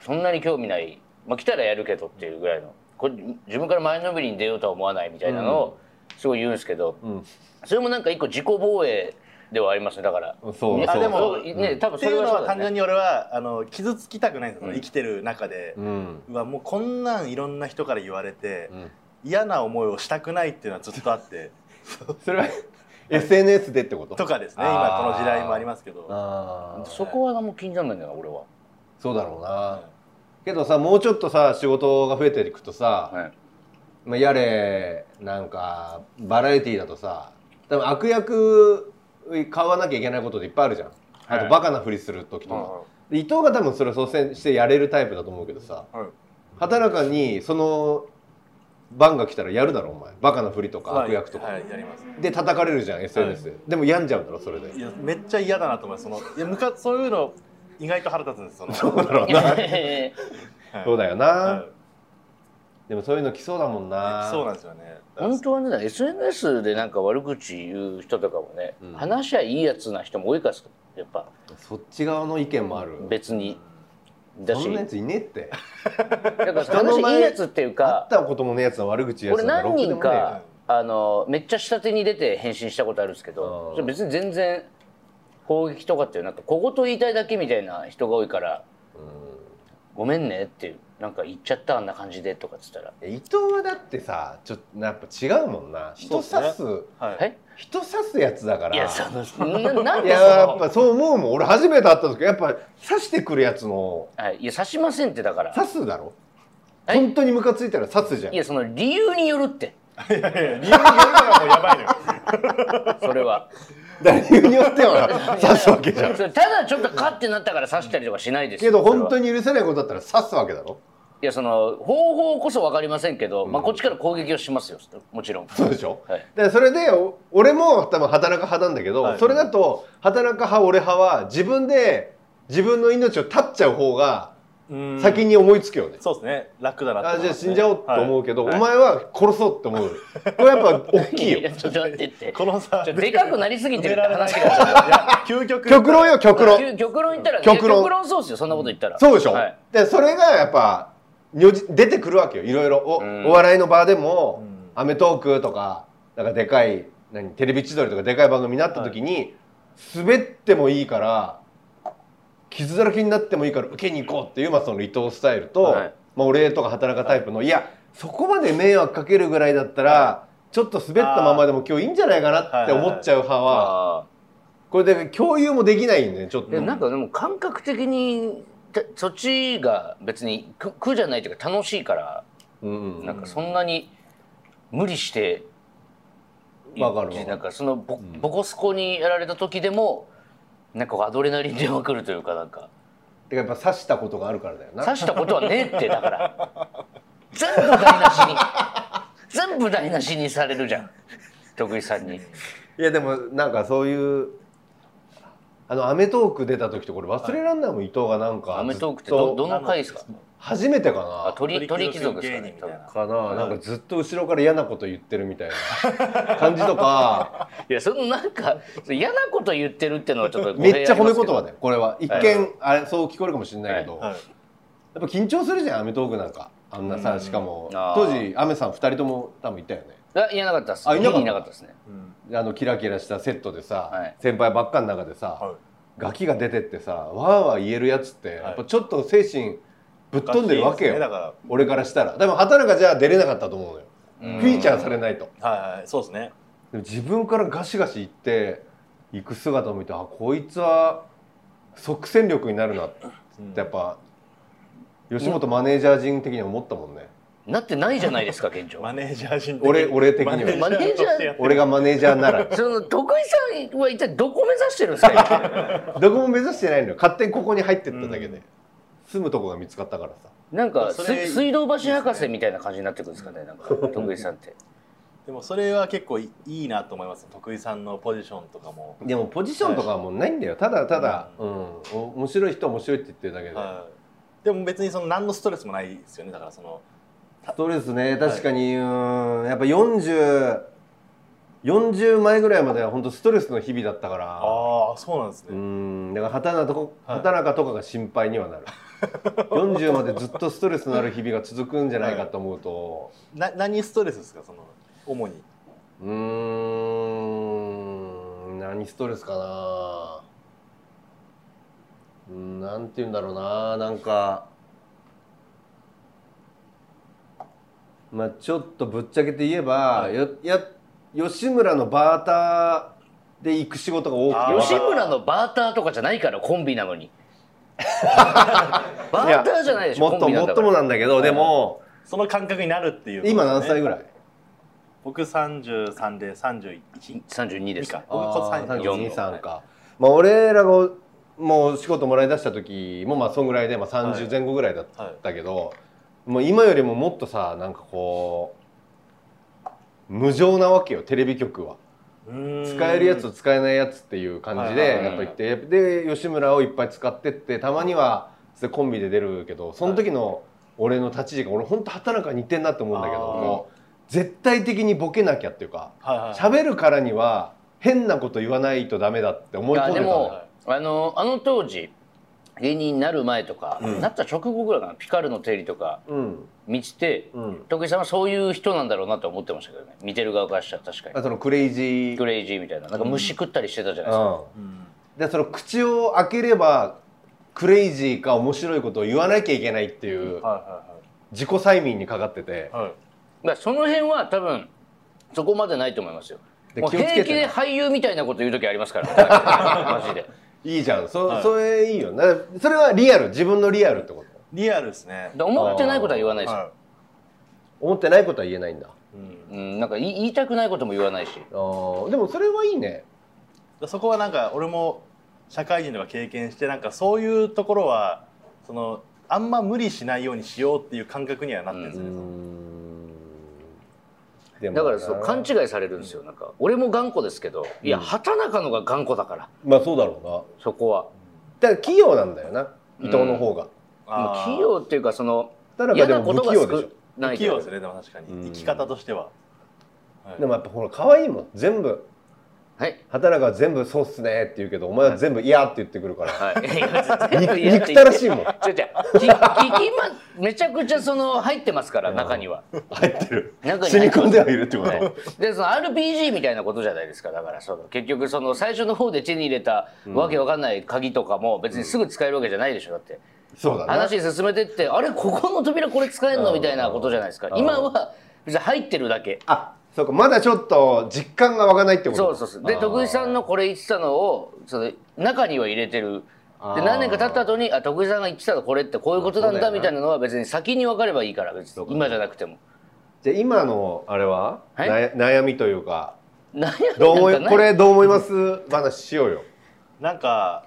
Speaker 2: そんなに興味ない、まあ、来たらやるけどっていうぐらいのこれ自分から前のめりに出ようとは思わないみたいなのをすごい言うんですけど、
Speaker 1: うん。
Speaker 2: それもなんか一個自己防衛ではありますねだから。
Speaker 1: そう
Speaker 2: ね
Speaker 1: そう
Speaker 2: あでも、
Speaker 1: そう
Speaker 2: ね多分
Speaker 3: っ
Speaker 2: そ
Speaker 3: て
Speaker 2: れ
Speaker 3: いう
Speaker 2: は
Speaker 3: の
Speaker 2: そう
Speaker 3: は
Speaker 2: だ
Speaker 3: 単
Speaker 2: ね
Speaker 3: 純。に俺はあの傷つきたくないんですよ、生きてる中で、
Speaker 1: うん。
Speaker 3: うわもうこんなんいろんな人から言われて、
Speaker 1: うん
Speaker 3: 嫌な思いをしたくないっていうのはずっとあって
Speaker 1: それは SNS でってこと。
Speaker 3: とかですね
Speaker 1: あー
Speaker 3: 今この時代もありますけど
Speaker 1: ああ。
Speaker 2: そこはもう気にならないんだよな俺は。
Speaker 1: そうだろうな
Speaker 3: は。
Speaker 1: けどさもうちょっとさ仕事が増えていくとさ、
Speaker 2: はい
Speaker 1: まあやれなんかバラエティーだとさ、多分悪役買わなきゃいけないことでいっぱいあるじゃん。あ
Speaker 2: は
Speaker 1: と
Speaker 2: い
Speaker 1: バカなふりする時とか。で伊藤が多分それを率先してやれるタイプだと思うけどさ。
Speaker 3: はい
Speaker 1: 畑中にその番が来たらやるだろお前バカなふりとか
Speaker 3: はい
Speaker 1: 悪役とか、
Speaker 3: はいやります
Speaker 1: で叩かれるじゃん SNS で、でも病んじゃうんだろそれで
Speaker 3: いやめっちゃ嫌だなと思いますそのいやむかそういうの意外と腹立つんですそ の
Speaker 1: そうだろうな
Speaker 3: はい
Speaker 1: そうだよな、
Speaker 3: はい
Speaker 1: でもそういうの来そうだもんな
Speaker 3: そうなんですよね
Speaker 2: 本当はね SNS でなんか悪口言う人とかもね、
Speaker 1: うん
Speaker 2: 話しゃいいやつな人も多いからやっぱ
Speaker 1: そっち側の意見もある
Speaker 2: 別にだ
Speaker 1: そ
Speaker 2: し
Speaker 1: んなやついねえって
Speaker 2: だから
Speaker 1: 人の
Speaker 2: 話
Speaker 1: 前
Speaker 2: いいやつっていう
Speaker 1: 会っ
Speaker 2: か
Speaker 1: たこともねえやつの悪口やつ
Speaker 2: 俺
Speaker 1: なん
Speaker 2: 何人
Speaker 1: ろくでもねえよ
Speaker 2: か、あのめっちゃ下手に出て返信したことあるんですけ
Speaker 1: あ
Speaker 2: ど
Speaker 1: ー
Speaker 2: それ別に全然攻撃とかっていうなんか小言言いたいだけみたいな人が多いから「ごめんね」っていうなんか言っちゃったあんな感じでとかっつったら
Speaker 1: 伊藤はだってさちょっとやっぱ違うもんな人
Speaker 3: そう
Speaker 1: 刺
Speaker 3: っ
Speaker 1: す
Speaker 3: すねはい
Speaker 2: 「え
Speaker 1: 人刺すやつだから
Speaker 2: いやそのななん
Speaker 1: い
Speaker 2: で
Speaker 1: や
Speaker 2: そ
Speaker 1: やっ
Speaker 2: の
Speaker 1: ぱそう思うもん俺初めて会った時やっぱ刺してくるやつの
Speaker 2: はいいや刺しません」ってだから
Speaker 1: 刺すだろ
Speaker 2: はい
Speaker 1: 本当にムカついたら刺すじゃん
Speaker 2: いやその理由によるって
Speaker 3: いやいや理由によるからもうやばいのよ
Speaker 2: それは。
Speaker 1: 誰によっては 刺すわけじゃん
Speaker 2: それただちょっとカッてなったから刺したりとかしないです
Speaker 1: け
Speaker 2: よ
Speaker 1: ど本当
Speaker 2: に
Speaker 1: に許せないことだったら刺すわけだろ
Speaker 2: いやその方法こそ分かりませんけど、まあ、こっちから攻撃をしますよもちろん
Speaker 1: そうでしょ、
Speaker 2: はい
Speaker 1: だからそれでお俺も多分働く派なんだけど、
Speaker 3: はい
Speaker 1: それだと働く派俺派は自分で自分の命を絶っちゃう方が
Speaker 3: うん
Speaker 1: 先に思いつくよね、
Speaker 3: そうですね楽だな
Speaker 1: あじゃあ死んじゃおうと思う
Speaker 3: け
Speaker 1: けど、お前は殺そうって思う、これやっぱ大きいよ
Speaker 2: やちょっと待ってって
Speaker 3: このさ
Speaker 2: ちょでかくなりすぎてるって話
Speaker 3: いや究極
Speaker 1: 極論よ極論
Speaker 2: 極極論言ったら
Speaker 1: 極論
Speaker 2: いや極論そうですよそんなこと言ったら、
Speaker 1: そうでしょ、
Speaker 2: はい
Speaker 1: でそれがやっぱ如実出てくるわけよいろいろお,、
Speaker 2: うん
Speaker 1: お笑いの場でも
Speaker 3: うん
Speaker 1: 『アメトーーク』とかなんかでかい何テレビ千鳥とかでかい番組になった時に、滑ってもいいから傷だらけになってもいいから受けに行こうっていう、まあ、その伊藤スタイルと、
Speaker 2: はい
Speaker 1: まあ、俺とか働かタイプの、い、やそこまで迷惑かけるぐらいだったら、ちょっと滑ったままでも今日いいんじゃないかなって思っちゃう派は、
Speaker 2: あ
Speaker 1: これで共有もできないんでちょっ
Speaker 2: ーいや
Speaker 1: と。
Speaker 2: なんかでも感覚的にたそっちが別に苦苦じゃないというか楽しいから
Speaker 1: うんうん
Speaker 2: なんかそんなに無理して
Speaker 1: わかるわかる
Speaker 2: なんかそのボ,、
Speaker 1: ん
Speaker 2: ボコスコにやられた時でもなんかこうアドレナリン出まくるというかなんか
Speaker 1: てかやっぱ刺したことがあるからだよな
Speaker 2: 刺したことはねえってだから全部台無しに全部台無しにされるじゃん徳井さんに
Speaker 1: いやでもなんかそういうあの『アメトーーク』出た時とこれ忘れらんないもん、伊藤がなん
Speaker 2: 『
Speaker 1: か
Speaker 2: アメトーーク』って
Speaker 1: ず
Speaker 2: ど
Speaker 1: っと
Speaker 2: どの回ですか
Speaker 1: 初めてか
Speaker 2: あ
Speaker 1: な
Speaker 2: 鳥鳥貴族ですか
Speaker 3: 鳥
Speaker 2: ね
Speaker 3: 貴
Speaker 2: 多分
Speaker 3: 族芸人みたいな
Speaker 1: かななんかずっと後ろから嫌なこと言ってるみたいな感じと か
Speaker 2: いやそのなんか嫌なこと言ってるってのはちょっと語弊
Speaker 1: めっちゃ褒め言
Speaker 2: あ
Speaker 1: 葉
Speaker 2: ります
Speaker 1: だよこれは一見、
Speaker 2: はい
Speaker 1: あれそう聞こえるかもしれないけど、
Speaker 3: はい
Speaker 1: やっぱ緊張するじゃん『アメトーーク』なんかあんなさ、
Speaker 3: うん
Speaker 1: しかも
Speaker 2: あー
Speaker 1: 当時アメさん2人とも多分いたよね
Speaker 2: けどあいやなかったです
Speaker 1: あいなかった
Speaker 2: 家にいなかったですね
Speaker 3: うん
Speaker 1: あのキラキラしたセットでさ、
Speaker 2: はい
Speaker 1: 先輩ばっかの中でさ、
Speaker 3: は
Speaker 1: ガキが出てってさわーわー言えるやつって、やっぱちょっと精神ぶっ
Speaker 3: い
Speaker 1: 飛んでるわけよ、
Speaker 3: ガチですねだか
Speaker 1: 俺からしたらでも畑中じゃあ出れなかったと思うのよ
Speaker 2: うん
Speaker 1: フィーチャーされないと
Speaker 3: らはいはいそうですね
Speaker 1: でも自分からガシガシ行って行く姿を見てあこいつは即戦力になるなって
Speaker 3: うん
Speaker 1: やっぱ吉本マネージャー陣的には思ったもんね
Speaker 2: なってないじゃないですか現状
Speaker 3: マネージャー陣
Speaker 1: 俺俺的には
Speaker 2: マネージャー
Speaker 3: としてやってる
Speaker 1: 俺がマネージャーな ら
Speaker 2: その徳井さんは一体どこ目指してるんですか
Speaker 1: どこも目指してないのよ勝手にここに入ってっただけで、
Speaker 3: うん
Speaker 1: 住むとこが見つかったからさ
Speaker 2: なんかす
Speaker 3: それ
Speaker 2: 水道橋博士みたいな感じになってくるんですかねなんか徳井さんって
Speaker 3: でもそれは結構いいいなと思います徳井さんのポジションとかも、
Speaker 1: でもポジションとかはもうないんだよただただ、うんお面白い人は面白いって言ってるだけで、
Speaker 3: はいでも別にその何のストレスもないですよねだからその
Speaker 1: ストレスね確かに、うーんやっぱ4040 40前ぐらいまでは本当ストレスの日々だったから
Speaker 3: ああそうなんです
Speaker 1: う
Speaker 3: ね、
Speaker 1: んだから畑中と
Speaker 3: はい
Speaker 1: 畑中とかが心配にはなる40までずっとストレスのある日々が続くんじゃないかと思うと、
Speaker 3: な何ストレスですかその主に
Speaker 1: うーん何ストレスかなうんなんて言うんだろうななんかまあちょっとぶっちゃけて言えば、
Speaker 3: はい
Speaker 1: よや吉村のバーターで行く仕事が多
Speaker 3: あー
Speaker 1: く
Speaker 2: 吉
Speaker 1: て
Speaker 2: 村のバーターとかじゃないからコンビな のにバーターじゃないでし
Speaker 1: も
Speaker 2: ょ
Speaker 1: っ
Speaker 2: コ
Speaker 1: と
Speaker 2: ンビな
Speaker 1: も
Speaker 2: んだ
Speaker 1: っと
Speaker 2: から
Speaker 1: もなんだけど、でも
Speaker 3: その感覚になるっていうことですね、
Speaker 1: 今何歳ぐらい
Speaker 3: 僕33で31
Speaker 2: 32で
Speaker 3: 以
Speaker 2: す
Speaker 3: 下
Speaker 2: か
Speaker 3: 僕こ
Speaker 1: あー
Speaker 3: 34
Speaker 1: 32 3か、まあ、俺らがもう仕事もらい出した時もまあそんぐらいで、まあ、30前後ぐらいだったけど、もう今よりももっとさなんかこう無情なわけよテレビ局は使
Speaker 3: 使
Speaker 1: えるやつと使えないやつっていう感じ
Speaker 3: はい
Speaker 1: で
Speaker 3: はい
Speaker 1: やっぱりってで吉村をいっぱい使ってってたまにはそれコンビで出るけどその時の俺の立ち時間俺ほんと畑中に似てんなって思うんだけど
Speaker 3: あー
Speaker 1: もう絶対的にボケなきゃっていうか。
Speaker 3: はいはい
Speaker 1: 喋るからには変なこと言わないとダメだって思い込んでた
Speaker 2: いや
Speaker 1: の
Speaker 2: で
Speaker 1: よ
Speaker 2: もあのあの当時芸人になる前とか、
Speaker 1: うん
Speaker 2: なった直後ぐらいかなピカルの定理とか
Speaker 1: うん
Speaker 2: 見てて、
Speaker 1: うん
Speaker 2: 徳井さんはそういう人なんだろうなと思ってましたけどね見てる側からしたら確かに
Speaker 1: あそのクレイジー
Speaker 2: クレイジーみたいななんか虫食ったりしてたじゃないですか、
Speaker 1: う
Speaker 3: うん
Speaker 1: んでその口を開ければクレイジーか面白いことを言わなきゃいけないっていう
Speaker 3: は
Speaker 1: 自己催眠にかかってて
Speaker 3: いはいはいはい
Speaker 2: まあその辺は多分そこまでないと思いますよ
Speaker 1: で
Speaker 2: もう
Speaker 1: 気をつけて
Speaker 2: 平気で俳優みたいなこと言う時ありますか らマジで
Speaker 1: いいじゃんそ,、
Speaker 3: はい
Speaker 1: それいいよなそれはリアル自分のリアルってこと
Speaker 3: リアルですね
Speaker 2: で思ってないことは言わないし、
Speaker 3: は
Speaker 1: 思ってないことは言えないんだ
Speaker 3: いうん
Speaker 2: うん、なんか言い言いたくないことも言わないし
Speaker 1: あーでもそれはいいね
Speaker 3: そこはなんか俺も社会人とか経験してなんかそういうところはそのあんま無理しないようにしようっていう感覚にはなってるんです
Speaker 1: う
Speaker 3: よね、
Speaker 1: んでもな
Speaker 2: だからそう勘違いされるんですよなんか俺も頑固ですけどいや畑中のが頑固だから
Speaker 1: まあそうだろうな
Speaker 2: そこは
Speaker 1: だから器用なんだよな伊藤の方が、
Speaker 2: もう
Speaker 3: あー
Speaker 2: 器用っていうかその
Speaker 1: だから
Speaker 2: 嫌
Speaker 1: で
Speaker 2: な
Speaker 1: も
Speaker 2: こと
Speaker 1: 不器
Speaker 2: が
Speaker 1: 用でし
Speaker 2: 少
Speaker 1: ょ
Speaker 2: ない
Speaker 3: 器
Speaker 2: けど
Speaker 3: 用ですねでも確かに、
Speaker 1: うん
Speaker 3: 生き方としては、はい
Speaker 1: でもやっぱほら可愛いもん全部
Speaker 2: はい
Speaker 1: 畑中は全部そうっすねって言うけどお前は全部嫌って言ってくるから
Speaker 2: はい
Speaker 1: 憎
Speaker 2: いや
Speaker 1: 憎たらしいもん
Speaker 2: 違う違うき聞きまめちゃくちゃその入ってますから中には
Speaker 1: 入ってる
Speaker 2: 中に
Speaker 1: 染み込んではいるってこと、
Speaker 2: でその RPG みたいなことじゃないですかだからその結局その最初の方で手に入れたわけわかんない鍵とかも別にすぐ使えるわけじゃないでしょだって
Speaker 1: そうだな
Speaker 2: 話進めてってあれここの扉これ使えるのみたいなことじゃないですか
Speaker 1: うん
Speaker 2: 今は別に入ってるだけ
Speaker 1: あそうかまだちょっと実感が湧かないってこと
Speaker 2: そうそうそうで徳井さんのこれ言ってたのをその中には入れてる
Speaker 1: あ
Speaker 2: で
Speaker 1: ー
Speaker 2: 何年か経った後にあ徳井さんが言ってたのこれってこういうことなん
Speaker 1: あそ
Speaker 2: だ
Speaker 1: うだよな
Speaker 2: みたいなのは別に先に分かればいいから別
Speaker 1: そう
Speaker 2: に
Speaker 1: か
Speaker 2: 今じゃなくても
Speaker 1: じゃあ今のあれは、
Speaker 2: はい
Speaker 1: なや悩みというか
Speaker 2: 悩み
Speaker 1: どう思
Speaker 2: なん
Speaker 1: い
Speaker 2: かない
Speaker 1: これどう思います話しようよ。
Speaker 3: なんか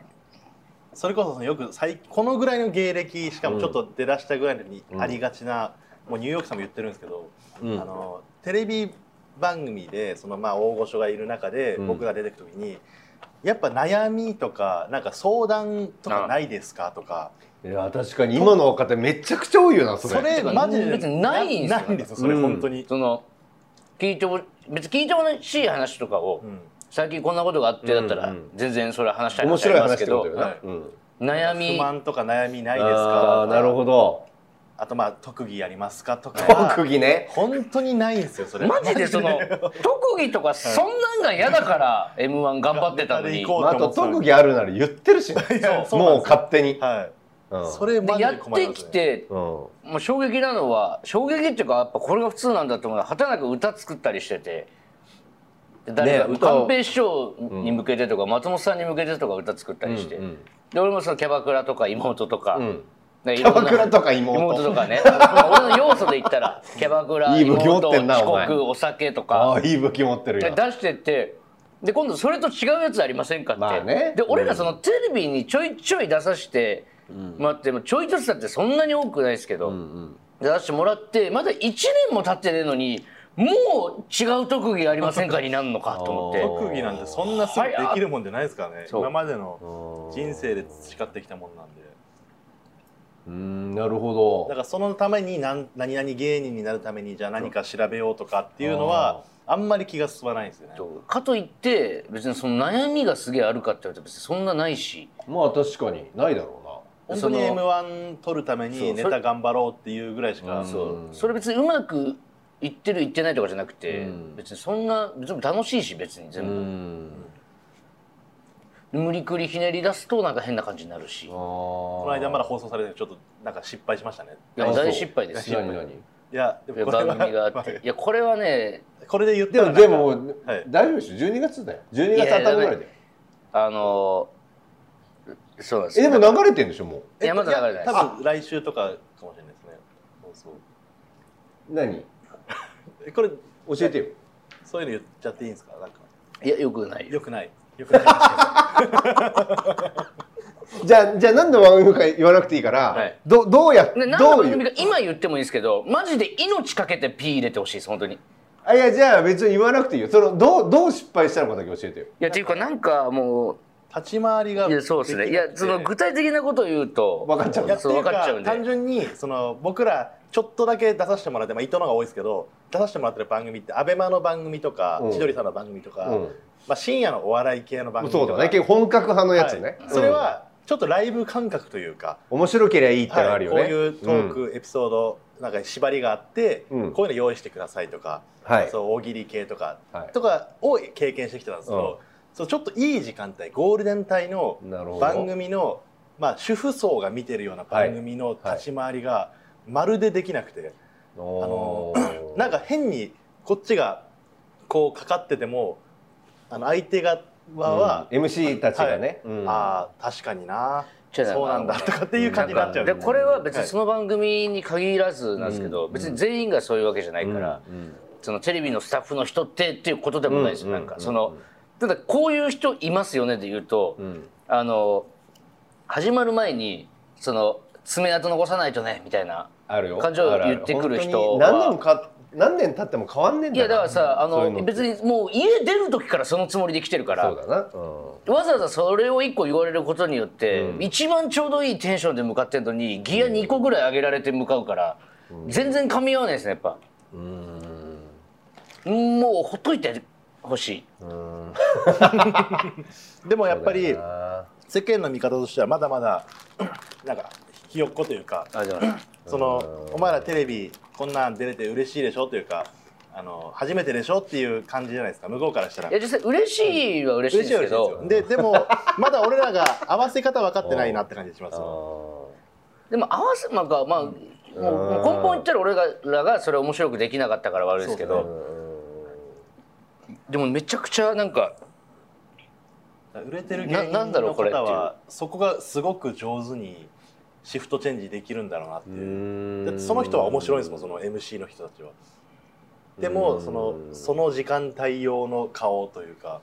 Speaker 3: それこそそのよく最このぐらいの芸歴しかもちょっと出だしたぐらいに
Speaker 1: うん
Speaker 3: ありがちな、もうニューヨークさんも言ってるんですけど、
Speaker 1: うん
Speaker 3: あのテレビ番組でそのまあ大御所がいる中で
Speaker 1: うん
Speaker 3: 僕が出てくる時に、やっぱ悩みとかなんか相談とかないですかとか
Speaker 1: いや確かに今の若手めちゃくちゃ多いよなそ
Speaker 3: そ
Speaker 1: れ。
Speaker 3: れ
Speaker 2: か
Speaker 3: マジで
Speaker 2: 別にないんですよ
Speaker 3: ないんですよそれ
Speaker 1: うん
Speaker 3: 本当に、
Speaker 2: その聞いても別に聞いてもらしい話とかを、
Speaker 3: うん
Speaker 2: 最近こんなことがあってだったら、
Speaker 1: うんうん
Speaker 2: 全然それ話したい
Speaker 1: 面
Speaker 2: 話あ
Speaker 1: 白い
Speaker 2: りま
Speaker 1: 話
Speaker 2: す
Speaker 1: って
Speaker 2: け
Speaker 1: こ
Speaker 2: ど
Speaker 1: とよな。
Speaker 3: はい
Speaker 1: うん、
Speaker 2: 悩
Speaker 3: 不
Speaker 2: み
Speaker 3: 満とか悩みないです
Speaker 1: あ
Speaker 3: か
Speaker 1: あなるほど。
Speaker 3: あとまあ特技やりますかとか
Speaker 1: 特技ね。
Speaker 3: 本当にないんですよそれ
Speaker 2: マジでその特技とかそんなんが嫌だから m 1頑張ってたのに
Speaker 3: 頑張って行こう
Speaker 1: まあ、あと特技あるなら言ってるしね、
Speaker 3: いやそうなんですよ
Speaker 1: もう勝手に。
Speaker 3: はい
Speaker 1: うん
Speaker 3: それマ
Speaker 2: で
Speaker 3: ジ
Speaker 2: や
Speaker 3: で
Speaker 2: っ
Speaker 3: 困り
Speaker 2: て
Speaker 3: ます
Speaker 2: き
Speaker 3: ね
Speaker 2: て
Speaker 1: うん
Speaker 2: もう衝撃なのは衝撃っていうかやっぱこれが普通なんだと思うのは畑中歌作ったりしててで誰か
Speaker 1: ね歌を
Speaker 2: 寛平師匠に向けてとか、松本さんに向けてとか歌作ったりして、
Speaker 1: うんうん
Speaker 2: で俺もそのキャバクラとか妹とか、
Speaker 1: うん
Speaker 2: で
Speaker 1: キャバクラとか妹
Speaker 2: 妹と かね俺の要素で言ったらキャバクラ
Speaker 1: いい武器持っ
Speaker 2: 妹
Speaker 1: てんな
Speaker 2: 遅
Speaker 1: お前
Speaker 2: 刻お酒とか
Speaker 1: ああいい武器持ってる
Speaker 2: で
Speaker 1: よ。
Speaker 2: 出してってで今度それと違うやつありませんかって、
Speaker 1: まあね
Speaker 2: で
Speaker 1: うん
Speaker 2: 俺らそのテレビにちょいちょい出させてもらって、もちょいとずつだってそんなに多くないですけど、出させてもらってまだ1年も経ってねえのにもう違う特技ありませんかになるのかと思っ
Speaker 1: あ
Speaker 2: て
Speaker 1: ー
Speaker 3: 特技なんてそんなすぐできるもんじゃないですからね
Speaker 2: そう
Speaker 3: 今までの
Speaker 1: うん
Speaker 3: 人生で培ってきたもんなんで
Speaker 1: うんなる
Speaker 3: だか
Speaker 1: ほど。
Speaker 3: らそのために何何々芸人になるためにじゃあ何か調べようとかっていうのはあんまり気が進まないんですよね
Speaker 2: そうかといって別にその悩みがすげえあるかって言われて別にそんなないし
Speaker 1: まあ確かにないだろ
Speaker 3: 本当に
Speaker 2: その
Speaker 3: m 1取るため
Speaker 2: そう
Speaker 3: に
Speaker 2: それ
Speaker 3: ネタ頑張ろうっていうぐらいしか
Speaker 1: うん
Speaker 2: そうそれ別にうまくいってるいってないとかじゃなくて、
Speaker 1: うん
Speaker 2: 別にそんな別に楽しいし別に
Speaker 1: う
Speaker 2: 全
Speaker 1: な。
Speaker 2: 部。
Speaker 1: ん。
Speaker 2: 無理くりひねり出すとなんか変な感じになるし
Speaker 1: ああ。
Speaker 3: こ
Speaker 1: こ
Speaker 3: の間まだ放送されてちょっとなんか失敗しましたね
Speaker 2: いや
Speaker 1: あそう
Speaker 2: 大失敗ですよ
Speaker 1: 何何。
Speaker 3: いやで
Speaker 2: いや
Speaker 3: もこれ
Speaker 2: 番組があ
Speaker 3: は
Speaker 2: っていやこれはね
Speaker 3: これで言っ
Speaker 1: で
Speaker 3: たら
Speaker 1: も
Speaker 3: なんか
Speaker 1: でも、
Speaker 3: はい
Speaker 1: 大丈夫でしょ12月だよ12月頭ぐらいだよ
Speaker 2: あのーそうなんです
Speaker 1: えで
Speaker 2: よ
Speaker 1: も流れてんでしょも
Speaker 2: いやまだ流れてないです
Speaker 3: 多分来週とかかもしれないですねそうそう
Speaker 1: う何
Speaker 3: えこれ
Speaker 1: 教えてよ
Speaker 3: そういうの言っちゃっていいんですかなんか
Speaker 2: いやよくないよ
Speaker 3: よく ないよくない話
Speaker 1: じゃあじゃあ何の番組か言わなくていいから、
Speaker 3: はい
Speaker 1: どどうや
Speaker 2: な何の
Speaker 1: どう
Speaker 2: 番
Speaker 1: い
Speaker 2: 組
Speaker 1: う
Speaker 2: か今言ってもいいんですけどマジで命かけて P 入れてほしいです本当にい
Speaker 1: あいやじゃあ別に言わなくていいよそのどうどう失敗したのかだけ教えてよ
Speaker 2: やっていうかなんかも
Speaker 3: 立ち回りが
Speaker 2: ういやそうですねいやその具
Speaker 3: 体
Speaker 2: 体的なことを言うと
Speaker 1: 分かっちゃうん
Speaker 3: や
Speaker 1: だ
Speaker 3: っ
Speaker 2: そ
Speaker 3: て
Speaker 2: う
Speaker 3: い
Speaker 2: 分
Speaker 3: うか
Speaker 2: かっちゃうんで
Speaker 3: 単純にその僕らちょっとだけ出させてもらってまあ伊藤の方が多いですけど出させてもらってる番組ってアベマの番組とか、
Speaker 1: うん
Speaker 3: 千鳥さんの番組とか、
Speaker 1: うん
Speaker 3: まあ深夜のお笑い系の番組と
Speaker 1: そ
Speaker 3: か
Speaker 1: うだね結構本格派のやつね、
Speaker 3: はいそれはちょっとライブ感覚というか、
Speaker 1: うん面白ければいいってのあ
Speaker 3: は
Speaker 1: る
Speaker 3: い
Speaker 1: よ
Speaker 3: こ
Speaker 1: ね、
Speaker 3: ういうトーク、エピソードなんか縛りがあって、
Speaker 1: うん
Speaker 3: こういうの用意してくださいとか、
Speaker 1: はい
Speaker 3: そう大喜利系とか、
Speaker 1: はい
Speaker 3: とかを経験してきてたんですけど、そうちょっといい時間帯ゴールデン帯の
Speaker 1: なるほど
Speaker 3: 番組の、まあ、主婦層が見てるような番組の立ち回りがまるでできなくて、
Speaker 1: おー
Speaker 3: あのなんか変にこっちがこうかかっててもあの相手側は、
Speaker 1: うん MC たちがね、うん
Speaker 3: ああ確かにな
Speaker 2: 違うな
Speaker 3: そうなんだとかっていう感じになっちゃう
Speaker 2: でこれは別に
Speaker 3: はい
Speaker 2: その番組に限らずなんですけど、
Speaker 1: うん
Speaker 2: 別に全員がそういうわけじゃないから、
Speaker 1: うんうん
Speaker 2: そのテレビのスタッフの人ってっていうことでもないですよ、
Speaker 1: うん
Speaker 2: なんか
Speaker 1: うん
Speaker 2: その、ただこういう人いますよねで言うと、
Speaker 1: うん
Speaker 2: あの始まる前にその爪痕残さないとねみたいな
Speaker 1: あるよ
Speaker 2: 感情を
Speaker 1: あるある
Speaker 2: 言ってくる人は
Speaker 1: 本当に何年か何年経っても変わんねえん
Speaker 2: い
Speaker 1: だ
Speaker 2: やだ
Speaker 1: な
Speaker 2: からさあ
Speaker 1: そうい
Speaker 2: の
Speaker 1: うのって
Speaker 2: 別にもう家出る時からそのつもりで来てるから
Speaker 1: そうだな、うん
Speaker 2: わざわざそれを1個言われることによって、
Speaker 1: うん
Speaker 2: 一番ちょうどいいテンションで向かってるのにギア2個ぐらい上げられて向かうから、全然噛み合わないですねやっぱ
Speaker 1: うーん
Speaker 2: もうほっといてほしい。
Speaker 1: うーん
Speaker 3: でもやっぱり
Speaker 1: そうだな
Speaker 3: 世間の見方としてはまだまだなんかひよっこというか
Speaker 2: ありがとうございます
Speaker 3: そのお前らテレビこんなん出れて嬉しいでしょというかあの初めてでしょっていう感じじゃないですか向こうからしたら
Speaker 2: いや実際嬉しいは嬉しい
Speaker 3: 嬉
Speaker 2: で
Speaker 3: しい
Speaker 2: す
Speaker 3: は
Speaker 2: け
Speaker 3: 嬉しいです
Speaker 2: ど
Speaker 3: よででもまだ俺らが合わせ方分かってないなって感じします
Speaker 1: あ
Speaker 3: よ
Speaker 1: ー
Speaker 2: でも合わせなんかまあ、もうもう根本言ったら俺らがそれ面白くできなかったから悪いですけ
Speaker 3: そ
Speaker 2: ど
Speaker 3: う
Speaker 2: でもめちゃくちゃなんか
Speaker 3: 売れてる芸人
Speaker 2: ななんだろ
Speaker 3: の
Speaker 2: うこれって
Speaker 3: 方
Speaker 2: いう
Speaker 3: はそこがすごく上手にシフトチェンジできるんだろうなっていうだってその人は面白いんですもんその MC の人たちは。でもそのその時間対応の顔というか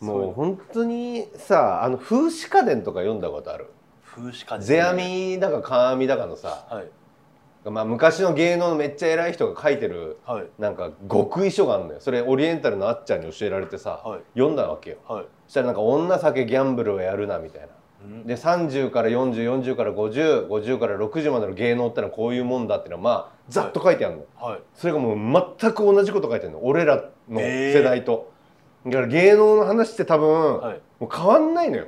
Speaker 3: そうい
Speaker 1: もう
Speaker 3: う
Speaker 1: 本当にさあの風刺家電とか読んだことある
Speaker 3: 風刺感
Speaker 1: 世阿弥だか観阿弥だかのさ、
Speaker 3: はい
Speaker 1: まあ、昔の芸能のめっちゃ偉い人が書いてる
Speaker 3: はい
Speaker 1: なんか極意書があるのよそれオリエンタルのあっちゃんに教えられてさ、
Speaker 3: はい
Speaker 1: 読んだわけよ
Speaker 3: はい、
Speaker 1: そしたらなんか女酒ギャンブルはやるなみたいな
Speaker 3: うん
Speaker 1: で30から4040から5050から60までの芸能ってのはこういうもんだっていうのはまあざっと書いてあるの、
Speaker 3: はい
Speaker 1: それがもう全く同じこと書いてるの俺らの世代と、だから芸能の話って多分、
Speaker 3: はい
Speaker 1: もう変わんないのよ
Speaker 3: っ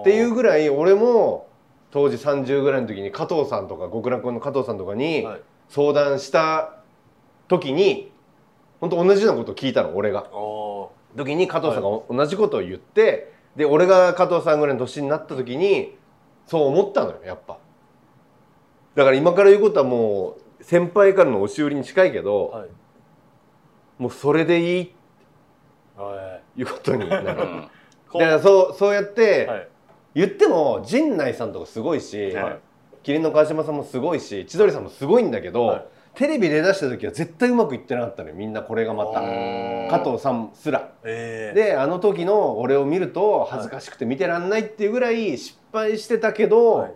Speaker 1: っていうぐらい俺も当時30ぐらいの時に加藤さんとか極楽君の加藤さんとかに
Speaker 3: はい
Speaker 1: 相談した時に本当同じようなことを聞いたの俺が。
Speaker 3: お
Speaker 1: 時に加藤さんがお同じことを言って、で俺が加藤さんぐらいの年になった時にそう思ったのよやっぱだから今から言うことはもう先輩からの押し売りに近いけど、
Speaker 3: ーはい
Speaker 1: もうそれでいいっ
Speaker 3: は
Speaker 1: ていうことになる だ
Speaker 2: う
Speaker 1: か
Speaker 2: ん
Speaker 3: い
Speaker 1: らそうそうやって、
Speaker 3: はい
Speaker 1: 言っても陣内さんとかすごいし、
Speaker 3: はい
Speaker 1: 麒麟の川島さんもすごいし千鳥さんもすごいんだけど、
Speaker 3: はい
Speaker 1: テレビで出した時は絶対うまくいってなかったのよみんなこれがまた
Speaker 2: うん
Speaker 1: 加藤さんすら。
Speaker 3: えー
Speaker 1: であの時の俺を見ると恥ずかしくて見てらんないっていうぐらい失敗してたけど、
Speaker 3: はい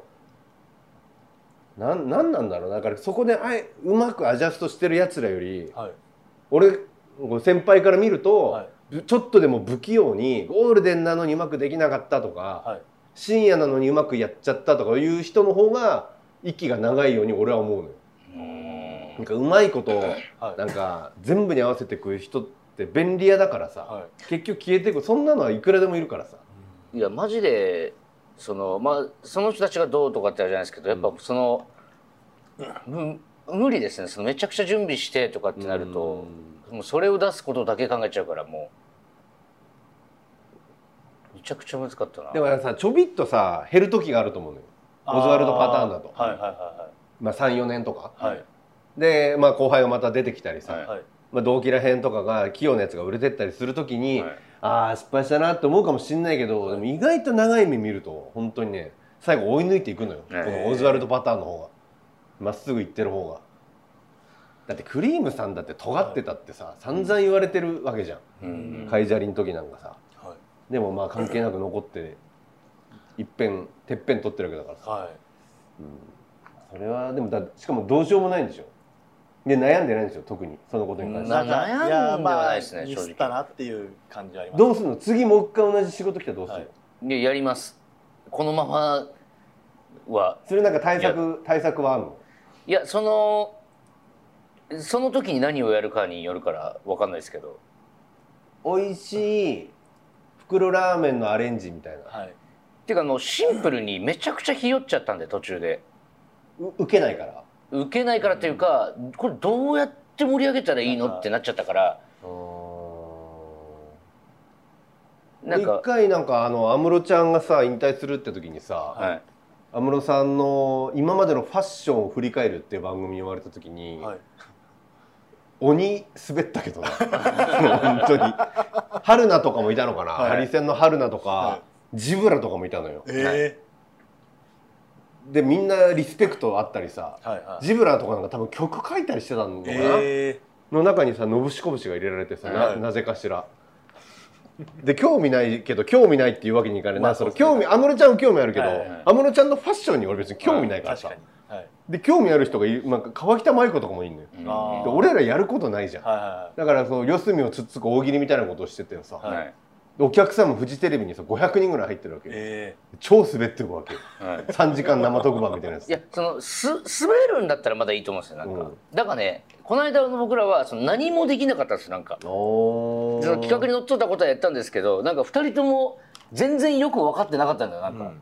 Speaker 1: なんなんなんだろうだからそこであいうまくアジャストしてるやつらより
Speaker 3: はい
Speaker 1: 俺先輩から見ると、
Speaker 3: は
Speaker 1: ぶちょっとでも不器用にゴールデンなのにうまくできなかったとか、
Speaker 3: はい
Speaker 1: 深夜なのにうまくやっちゃったとかいう人の方が息が長いように俺は思うのよ。なんかうまいこと
Speaker 3: はい
Speaker 1: なんか全部に合わせてくる人って便利屋だからさ、
Speaker 3: はい
Speaker 1: 結局消えていくそんなのはいくらでもいるからさ。
Speaker 2: いやマジでそのまあその人たちがどうとかってあるじゃないですけどやっぱその、む無理ですねそのめちゃくちゃ準備してとかってなるともうそれを出すことだけ考えちゃうからもうめちゃくちゃ難かったな
Speaker 1: でもさちょびっとさ減る時があると思うのよ
Speaker 3: あー
Speaker 1: オズワルドパターンだと
Speaker 3: はいはいは
Speaker 1: まあ、34年とか、
Speaker 3: いはい
Speaker 1: で、まあ、後輩がまた出てきたりさ、
Speaker 2: はい
Speaker 3: はい
Speaker 1: まあ、同期らへんとかが器用なやつが売れてったりする時に、
Speaker 2: はい
Speaker 1: ああ失敗したなって思うかもしんないけどでも意外と長い目見ると本当にね最後追い抜いていくのよ、
Speaker 2: はい
Speaker 1: このオズワルドパターンの方がまっすぐ行ってる方が。だってクリームさんだって尖ってたってさ、散々言われてるわけじゃん、
Speaker 2: うん
Speaker 1: カイジャリの時なんかさ
Speaker 3: はい
Speaker 1: でもまあ関係なく残っていっぺんてっぺん取ってるわけだからさ
Speaker 3: はい
Speaker 1: それはでもだしかもどうしようもないんでしょで悩んでないんですよ特にそのことに関して
Speaker 2: な悩んではないですね
Speaker 3: いやまあ
Speaker 2: 正直
Speaker 3: ミスったなっていう感じはあります
Speaker 1: どうするの次もう一回同じ仕事来たらどうする、
Speaker 3: はい
Speaker 2: いややりますこのままは
Speaker 1: それなんか対策対策はあるの
Speaker 2: いやそのその時に何をやるかによるからわかんないですけど
Speaker 1: 美味しい袋ラーメンのアレンジみたいな
Speaker 3: はい
Speaker 2: ていうかあのシンプルにめちゃくちゃひよっちゃったんで途中で
Speaker 1: う受けないから
Speaker 2: 受けないからっていうかこれどうやって盛り上げたらいいのってなっちゃったからなん
Speaker 1: 一
Speaker 2: か
Speaker 1: 回なんかあの安室ちゃんがさ引退するって時にさ
Speaker 2: はい
Speaker 1: 安室さんの今までのファッションを振り返るっていう番組に言われた時に、
Speaker 3: はい
Speaker 1: 鬼滑ったけどな 本当に春菜とかもいたのかな、
Speaker 3: はい
Speaker 1: ハリセンの春菜とか、
Speaker 3: は
Speaker 1: ジブラとかもいたのよ
Speaker 3: え
Speaker 1: でみんなリスペクトあったりさ
Speaker 3: ーはいはい
Speaker 1: ジブラとかなんか多分曲書いたりしてたのかな、
Speaker 3: え
Speaker 1: の中にさのぶしこぶしが入れられてさ、な
Speaker 3: はい
Speaker 1: なぜかしらで興味ないけど興味ないっていうわけにいかないな、
Speaker 3: まあ
Speaker 1: その
Speaker 3: そうですね
Speaker 1: 興味安室ちゃんは興味あるけど
Speaker 3: はいはい
Speaker 1: 安室、ちゃんのファッションに俺別に興味ない
Speaker 3: ー
Speaker 1: から
Speaker 3: 確
Speaker 1: さ、
Speaker 3: かにはい
Speaker 1: で興味ある人がいるなんか川北舞子とかもいんのよ、
Speaker 2: うん
Speaker 3: あ
Speaker 1: で俺らやることないじゃん、
Speaker 3: はいは
Speaker 1: だからその四隅をつっつく大喜利みたいなことをしててさ、
Speaker 3: いはい
Speaker 2: はい
Speaker 1: でお客さんもフジテレビにさ500人ぐらい入ってるわけよ、
Speaker 3: え
Speaker 1: 超滑ってるわけよ
Speaker 2: はい
Speaker 1: 3時間生特番みたいなやつ
Speaker 2: いやそのす滑るんだったらまだいいと思うんですよなんか、
Speaker 1: うん
Speaker 2: だからねこの間の僕らはその何もできなかったんですよなんか
Speaker 1: おー
Speaker 2: その企画にのっとったことはやったんですけどなんか2人とも全然よく分かってなかったんだよなん
Speaker 3: ー
Speaker 2: か、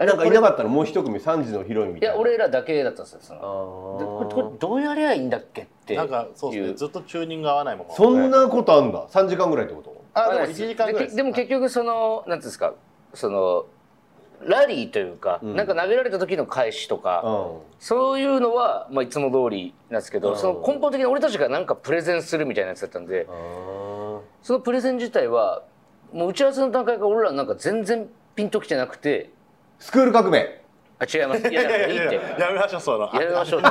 Speaker 1: えなんかいなかったらもう一組3時のヒロインみ
Speaker 2: い
Speaker 1: たいな
Speaker 2: や俺らだけだったんですよそ
Speaker 1: あ
Speaker 2: のでこれこ
Speaker 1: ー
Speaker 2: れどうやりゃいいんだっけって
Speaker 3: なんかそうです
Speaker 2: い
Speaker 3: ね
Speaker 2: う
Speaker 3: ずっとチューニング合わないまま
Speaker 1: そんなことあんだ3時間ぐらいってこと
Speaker 3: あ
Speaker 2: わか
Speaker 3: でも
Speaker 2: んない
Speaker 3: 1
Speaker 2: す
Speaker 3: 時間ぐらい
Speaker 2: ででも
Speaker 3: 結
Speaker 2: 結局そのなんていうんですかそのラリーというか、
Speaker 1: うん
Speaker 2: なんか投げられた時の返しとか、
Speaker 1: う
Speaker 2: そういうのは、まあ、いつも通りなんですけど、
Speaker 1: うん
Speaker 2: その根本的に俺たちがなんかプレゼンするみたいなやつだったんで
Speaker 1: ん
Speaker 2: そのプレゼン自体はもう打ち合わせの段階から俺らなんか全然ピンときてなくて
Speaker 1: スクール革命
Speaker 2: あ違いますいやいやいいって
Speaker 3: やめましょうその
Speaker 2: やめましょうって